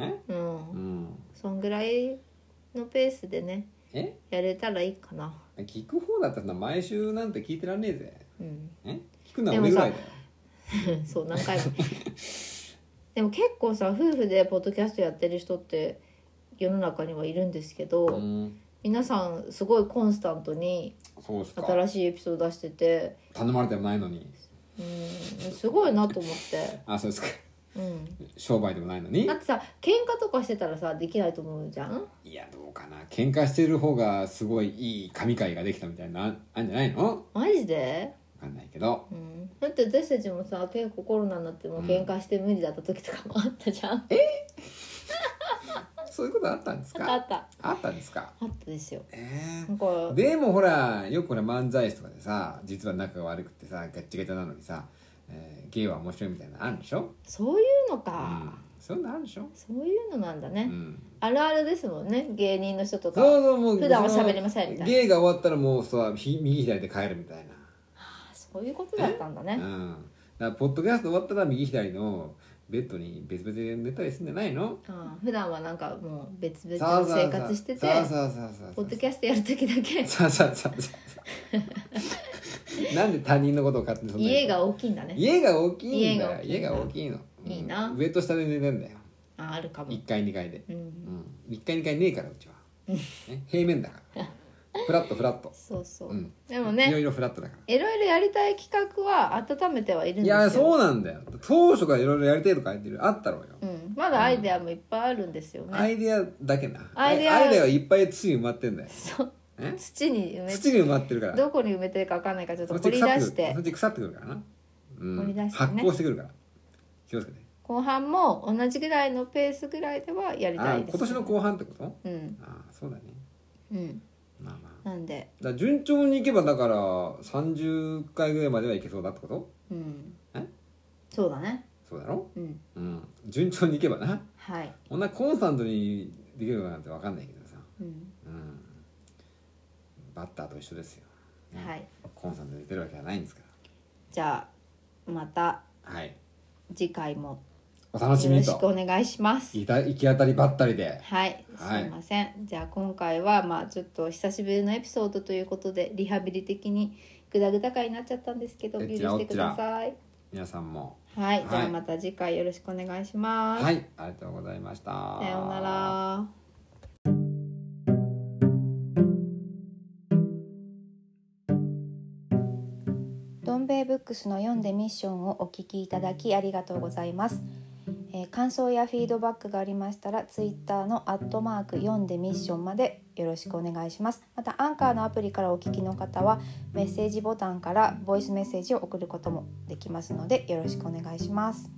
C: え
D: うん
C: うん
D: そんぐらいのペースでね
C: え
D: やれたらいいかな、 [LAUGHS]
C: 聞く方だったらな毎週なんて聞いてらんねえぜ
D: うん、
C: え聞くのは俺ぐらいだよ
D: そう何
C: [LAUGHS]
D: 回もでも結構さ夫婦でポッドキャストやってる人って世の中にはいるんですけど、
C: うん
D: 皆さんすごいコンスタントに
C: そうですか
D: 新しいエピソード出してて、
C: 頼まれてもないのに
D: うん、すごいなと思って、
C: あそうですか
D: うん、
C: 商売でもないのに
D: だってさ喧嘩とかしてたらさできないと思うじゃん
C: いやどうかな喧嘩してる方がすごいいい神回ができたみたいなあんじゃないのわ
D: マジで、
C: かんないけど
D: うん、だって私たちもさ結構コロナになっても喧嘩して無理だった時とかもあったじゃん、
C: そういうことあったんです
D: [LAUGHS] あ
C: か
D: ったあっ
C: あったんですか
D: たあったですよ
C: え
D: なんか
C: ー、でもほらよくほら漫才師とかでさ実は仲が悪くてさガッチガチャなのにさ、えー、芸は面白いみたいなのあるでしょ、
D: そういうの
C: う
D: か
C: ん、、そういうのあるでしょ、
D: そういうのなんだ
C: う
D: ね、
C: ん、
D: あるあるですもんね芸人の人とか
C: そうそうもう
D: 普段は喋りませんみたいな
C: 芸が終わったらもうさひ右左で帰るみたいな
D: あそういうことだったんだね
C: うんだからポッドキャスト終わったら右左のベッドに別々で寝たりするんじゃないの
D: あ普段はなんかもう別々の生活してて
C: さあさあさあさあ
D: ポッドキャストやる時だけ
C: さあさあさあさあなんで他人のことを勝手にそんなに
D: 家が大きいんだね
C: 家が大きいんだよ
D: 家
C: 家
D: が
C: が
D: 大
C: 大きいのうん
D: いいな
C: 上と下で寝てんだよ
D: ああるかも
C: 1階2階で、
D: う
C: うんん、1階2階ねえからうちは、ね、平面だからフラットフラット
D: そうそう、
C: うん
D: でも
C: いろ
D: ね
C: いろフラットだから
D: いろいろやりたい企画は温めてはいるん
C: い
D: ですよ
C: やそうなんだよ当初からいろいろやりたいとか言ってるあったろうよ、
D: うん、まだアイデアもいっぱいあるんですよね、
C: アイデアだけな
D: アイデア
C: はいっぱい土に埋まってんだよ
D: そう
C: え
D: 土に埋め
C: 土に埋まってるから
D: どこに埋めてるか分かんないからちょっ
C: そ
D: と
C: っち
D: 掘り出し
C: 腐ってくる
D: て
C: そっち腐ってくるからな、うん
D: 掘り出してね
C: 発酵してくるから気をつけて
D: 後半も同じぐらいのペースぐらいではやりた
C: あ
D: い
C: 今
D: です、
C: 年の後半ってこと
D: うん
C: ああそうだね
D: うん
C: まあまあ
D: なんで
C: だから順調にいけばだから30回ぐらいまではいけそうだってこと
D: うん
C: え
D: そうだね
C: そうだろ
D: うん
C: うん順調にいけばな
D: はい、
C: こんなコンスタントにできるかなんて分かんないけどさ
D: うん
C: うんバッターと一緒ですよね
D: はい
C: コンスタントに出てるわけじゃないんですか
D: じゃあまた
C: らはい
D: 次回も
C: お楽し
D: よ
C: み
D: ろ
C: に
D: しく
C: と
D: お願いします
C: いた行き当たりばったりで
D: はいす
C: はい
D: いません、じゃあ今回はまあちょっと久しぶりのエピソードということでリハビリ的にグダグダ回になっちゃったんですけど許
C: えっち
D: し
C: ら
D: てください
C: 皆さんも
D: はい、じゃ
C: は
D: あ
C: い
D: また次回よろしくお願いします、
C: はいありがとうございましたさ
D: さようなら
F: どん兵衛ブックスの読んでミッションをお聞きいただきありがとうございます、えー感想やフィードバックがありましたらツイッターのアットマーク読んでミッションまでよろしくお願いしますまたアンカーのアプリからお聞きの方はメッセージボタンからボイスメッセージを送ることもできますのでよろしくお願いします